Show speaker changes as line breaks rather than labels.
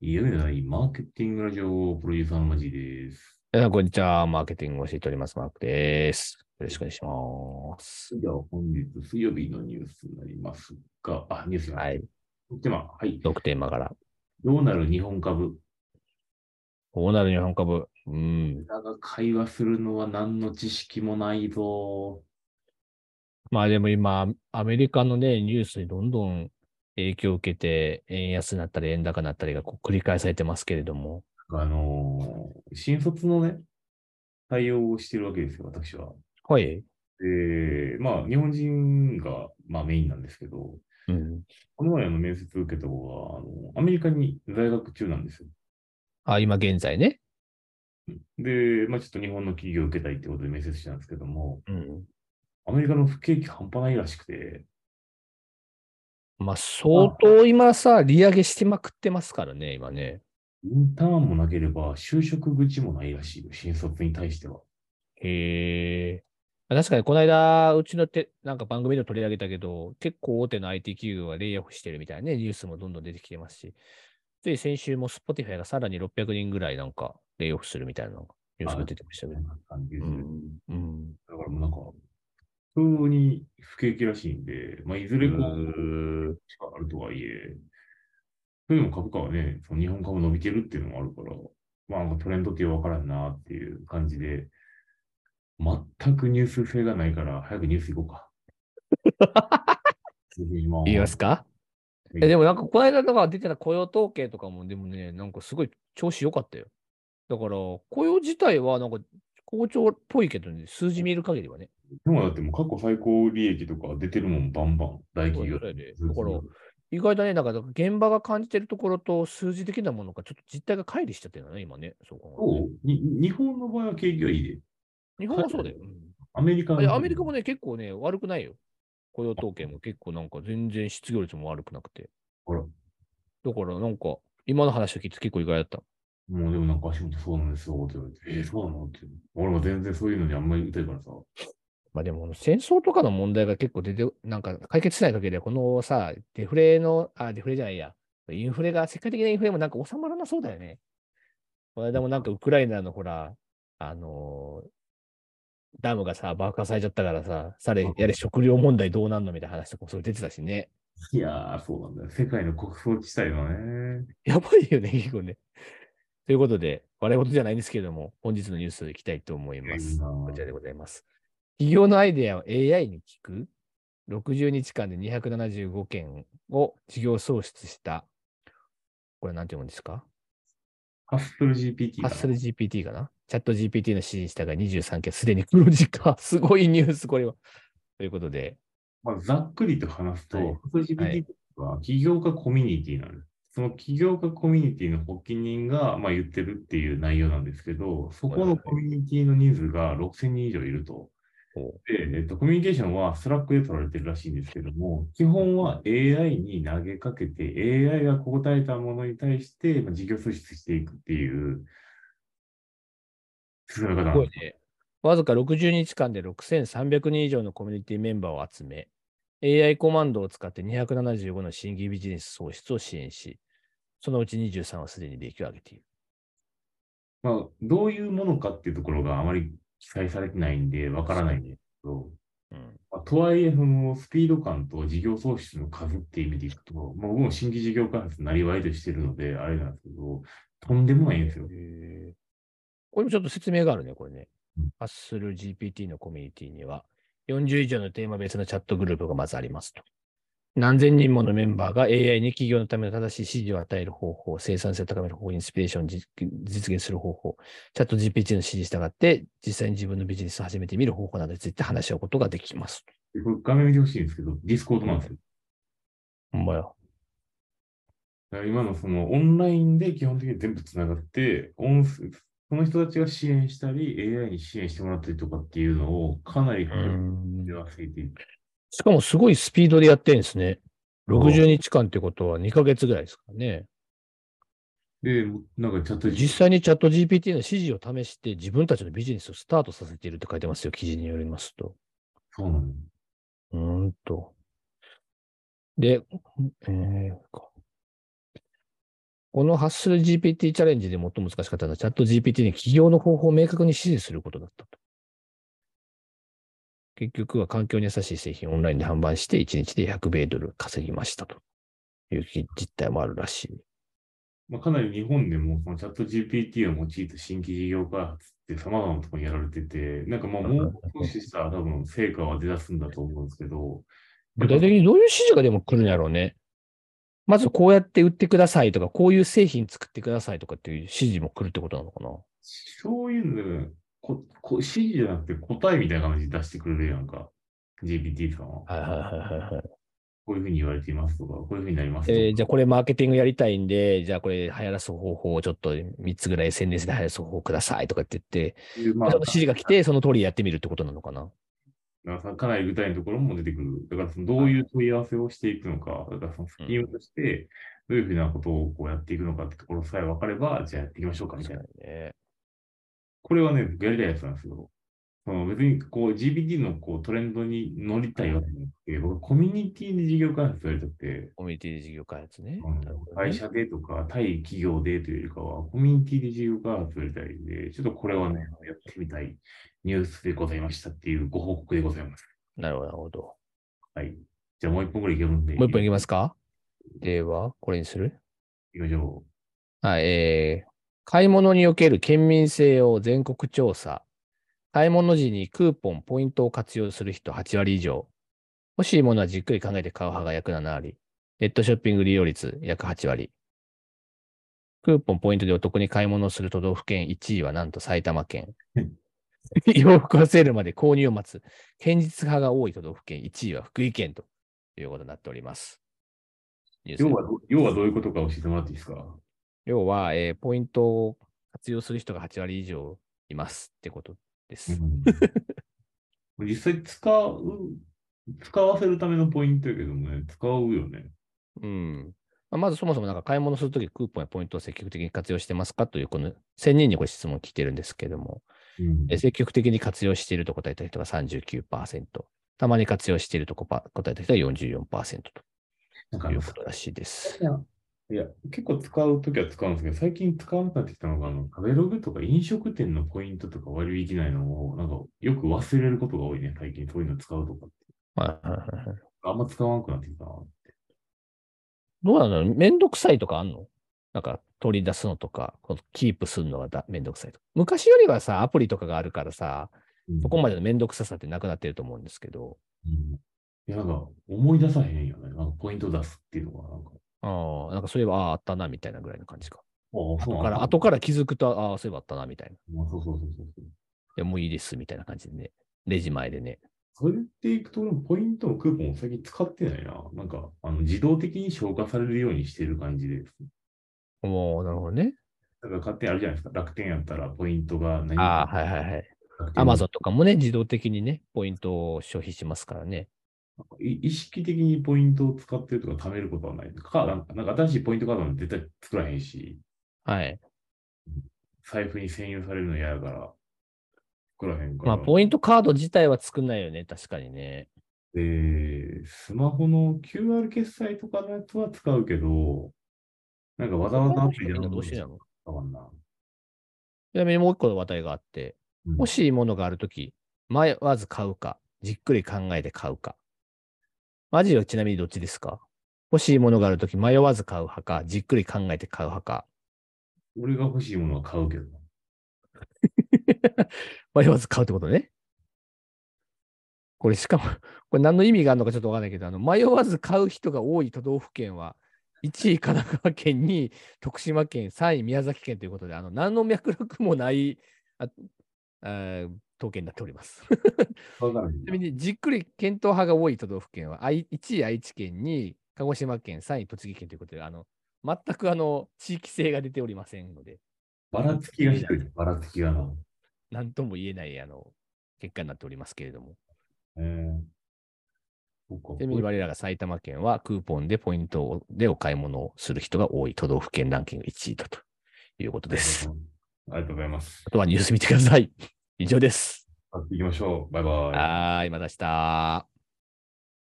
いろいろないマーケティングラジオプロデューサーのマジです。
皆さん、こんにちは。マーケティングを教えております。マークです。よろしくお願いします。
では本日水曜日のニュースになりますが、あ、ニュースが、
はい。
テーマ、はい。
6テーマから。
どうなる日本株
どうなる日本株。うん。
だが会話するのは何の知識もないぞ。
まあでも今、アメリカのね、ニュースにどんどん影響を受けて、円安になったり、円高になったりがこう繰り返されてますけれども。
あのー新卒のね、対応をしてるわけですよ、私は。
はい。
で、まあ、日本人が、まあ、メインなんですけど、
うん。
この前あの面接受けた子が、あの、アメリカに在学中なんですよ。
あ、今現在ね。
で、まあ、ちょっと日本の企業を受けたいってことで面接したんですけども、
うん。
アメリカの不景気半端ないらしくて、
まあ相当今さ、利上げしてまくってますからね、今ね。
インターンもなければ就職口もないらしいよ、新卒に対しては。
へえ。確かに、この間、うちのて、なんか番組でも取り上げたけど、結構大手の IT 企業がレイオフしてるみたいなね、ニュースもどんどん出てきてますし、つい先週も Spotify がさらに600人ぐらいなんか、レイオフするみたいなニュースも出てました
そ
け
ん
ど。
な感じで
う
すね
ん。うん。
だからもうなんか、普通に不景気らしいんで、まあ、いずれこう、しかあるとはいえ、それでも株価はね、その日本株伸びてるっていうのもあるから、まあなんかトレンドって分からんなっていう感じで、全くニュース性がないから、早くニュース行こうか。 今
言いますか
い
えでもなんか、この間とか出てた雇用統計とかも、でもね、なんかすごい調子良かったよ。だから、雇用自体はなんか、好調っぽいけどね、数字見る限りはね。
でもだってもう過去最高利益とか出てるもん、バンバン、大企業。
そうだよねだから意外だね、なんかだから現場が感じてるところと数字的なものがちょっと実態が乖離しちゃってるのね、今ね。そう考えるとね
そうに日本の場合は景気はいいで、
日本はそうだよ。
アメリカ
うんいやアメリカも
ね、
ね、結構ね、悪くないよ。雇用統計も結構なんか全然失業率も悪くなくて。
ほら
だからなんか、今の話を聞いて結構意外だった。
もうでもなんか足元そうなんですよって言われて、えー、そうなのって。俺も全然そういうのにあんまり疎いからさ。
まあでも、戦争とかの問題が結構出て、なんか解決しない限りは、このさ、デフレの、あ、デフレじゃないや、インフレが、世界的なインフレもなんか収まらなそうだよね。この間もなんかウクライナのほら、あのーダムがさ、爆破されちゃったからさ、され、やれ食料問題どうなんのみたいな話とかもそれ出てたしね。
いやー、そうなんだよ。世界の国葬地帯のね。
やばいよね、結構ね。ということで、我々事じゃないんですけれども、本日のニュースいきたいと思います。こちらでございます。企業のアイデアを AI に聞く ?60 日間で275件を事業創出した。これなんて読むんですか
ハッスル GPT か
ハ
な。
ッスル GPT かなチャット GPT の指示に従い23件、すでに黒字化。 すごいニュース、これは。ということで、
まあ、ざっくりと話すと、
はい
ハッスル GPT は起業家コミュニティなの。その起業家コミュニティの発起人が、まあ、言ってるっていう内容なんですけど、そこのコミュニティの人数が6000人以上いると。
こ
で、えっと、コミュニケーションはスラックで取られてるらしいんですけども、基本は AI に投げかけて、AI が答えたものに対して、まあ、事業創出していくっていう、進め方
う
なん
す
で
ごいね。わずか60日間で6300人以上のコミュニティメンバーを集め、AI コマンドを使って275の新規ビジネス創出を支援し、そのうち23はすでに利益を上げている。
まあ、どういうものかっていうところがあまり記載されてないんで、わからないんです
ね。
けど、
うん。
まあ、とはいえ、そのスピード感と事業創出の数っていう意味でいくと、まあ、僕も新規事業開発なりわいとしてるので、あれなんですけど、とんでもないんですよ。
へーこれもちょっと説明があるね、これね
うん。
ハッスル GPT のコミュニティには、40以上のテーマ別のチャットグループがまずありますと。何千人ものメンバーが AI に企業のための正しい指示を与える方法、生産性を高める方法、インスピレーションを実実現する方法、チャット GPT の指示に従って、実際に自分のビジネスを始めてみる方法などについて話し合うことができます。
でこれ画面見てほしいんですけど、ディスコードなんですよ。
ほんまや。
だから今のそのオンラインで基本的に全部つながって、音声その人たちが支援したり、AI に支援してもらったりとかっていうのをかなり早くではついていく。
しかもすごいスピードでやってるんですね。60日間ってことは2ヶ月ぐらいですからね。
で、なんかチャット
実際にチャット GPT の指示を試して自分たちのビジネスをスタートさせているって書いてますよ、記事によりますと。
そうなの。
うーんと。で、えーこのハッスル GPT チャレンジで最も難しかったのは、チャット GPT に企業の方法を明確に指示することだったと。結局は環境に優しい製品をオンラインで販売して、1日で100米ドル稼ぎましたという実態もあるらしい。
まあ、かなり日本でもそのチャット GPT を用いた新規事業開発って様々なところにやられてて、なんかまあもう少ししたら多分成果は出だすんだと思うんですけど、
具体的にどういう指示がでも来るんやろうね。まずこうやって売ってくださいとか、こういう製品作ってくださいとかっていう指示も来るってことなのかな。
そういうのここ指示じゃなくて答えみたいな感じで出してくれるやんか、GPT さんは。
はいはいはいはいはい。
こういうふうに言われていますとか、こういうふうになりますとか。
えーじゃあこれマーケティングやりたいんで、じゃあこれ流行らす方法をちょっと3つぐらい SNS で流行らす方法くださいとかって言って、
いうまあ
その指示が来て、その通りやってみるってことなのかな。
なんかかなり具体のところも出てくる。だからそのどういう問い合わせをしていくのか、だからそのスキームとして、どういうふうなことをこうやっていくのかってところさえ分かれば、じゃあやっていきましょうかみたいな。
ね。
これはね、僕やりたいやつなんですよ。その別にこう GPT のこうトレンドに乗りたいわけじゃなくて、僕コミュニティで事業開発されたって、
コミュニティで事業開発ね。
うん
なるほどね
会社でとか対企業でというよりかは、コミュニティで事業開発されたいんで、ちょっとこれはね、やってみたいニュースでございましたっていうご報告でございます。
なるほどなるほど。
はい。じゃあもう一本ぐらいいけるんで。
もう一本いきますかでは、これにする
行きましょ
はい、えー買い物における県民性を全国調査。買い物時にクーポン、ポイントを活用する人8割以上。欲しいものはじっくり考えて買う派が約7割。ネットショッピング利用率約8割。クーポン、ポイントでお得に買い物をする都道府県1位はなんと埼玉県。洋服をセールまで購入を待つ。堅実派が多い都道府県1位は福井県ということになっております。ニュー
う。
ス
要はど、要はどういうことか教えてもらっていいですか
要は、えーポイントを活用する人が8割以上いますってことです。
実際使う、使わせるためのポイントやけどもね、使うよね。
うんまあまずそもそもなんか買い物するときクーポンやポイントを積極的に活用してますかというこの1000人にご質問を聞いてるんですけども、
うん
えー積極的に活用していると答えた人が39%、たまに活用しているとこぱ答えた人が44%
なんか
と
あ
いう
の
ことらしいです。
いや、結構使うときは使うんですけど、最近使わなくなってきたのが、あの食べログとか飲食店のポイントとか割引内のを、なんかよく忘れることが多いね、最近そういうの使うとかって。
はいはいはいはい
あんま使わなくなってきたな。
どうなのめんどくさいとかあんのなんか取り出すのとか、このキープするのがだめんどくさいとか。昔よりはさ、アプリとかがあるからさ、
うん
そこまでのめんどくささってなくなってると思うんですけど、
うんいや、なんか思い出さへんよね。なんかポイント出すっていうのが、なんか。
ああ、なんかそういえば、ああ、あったな、みたいなぐらいの感じか。
ああ、そうな
後か
んだ
ら、後から気づくと、ああ、そういえばあったな、みたいな。い
まあ、そうそうそうそうそう。
や、もういいです、みたいな感じでね。レジ前でね。
それっていくと、俺もポイントのクーポンを最近使ってないな。なんか、あの自動的に消化されるようにしてる感じです。
おおなるほどね。
だから勝手にあるじゃないですか。楽天やったらポイントが何
ああ、はいはいはい。
楽天
アマゾンとかもね、自動的にね、ポイントを消費しますからね。
い意識的にポイントを使ってるとか貯めることはない。かなんかなんか新しいポイントカードなんて絶対作らへんし、
はい。
財布に占有されるの嫌やから、作らへんか
ま
ら。
あ、ポイントカード自体は作んないよね、確かにね。
で、スマホの QR 決済とかのやつは使うけど、なんかわざわざアプリで
みんなどう
し
してんやろ
たかんな。
ちなみにもう一個の話題があって、
うん
欲しいものがあるとき、迷わず買うか、じっくり考えて買うか。マジはちなみにどっちですか欲しいものがあるとき、迷わず買う派か、じっくり考えて買う派か。
俺が欲しいものは買うけど。
迷わず買うってことね。これしかも、これ何の意味があるのかちょっとわかんないけど、あの迷わず買う人が多い都道府県は、1位神奈川県、2位徳島県、3位宮崎県ということで、あの何の脈絡もないあ、えー、統計になっております。
わからない
ちなみに、じっくり検討派が多い都道府県は、あい1位愛知県、2位鹿児島県、3位栃木県ということで、あの全くあの地域性が出ておりませんので、
ばらつきがひどいね。ばらつきがな。
なんとも言えないあの結果になっておりますけれども、
えー、そっか
ちなみに我らが埼玉県はクーポンでポイントをでお買い物をする人が多い都道府県ランキング1位だということです。
ありがとうございます
あ。とはニュース見てください。以上です。
やっていきましょう。バイバイ。
はーい、また明日。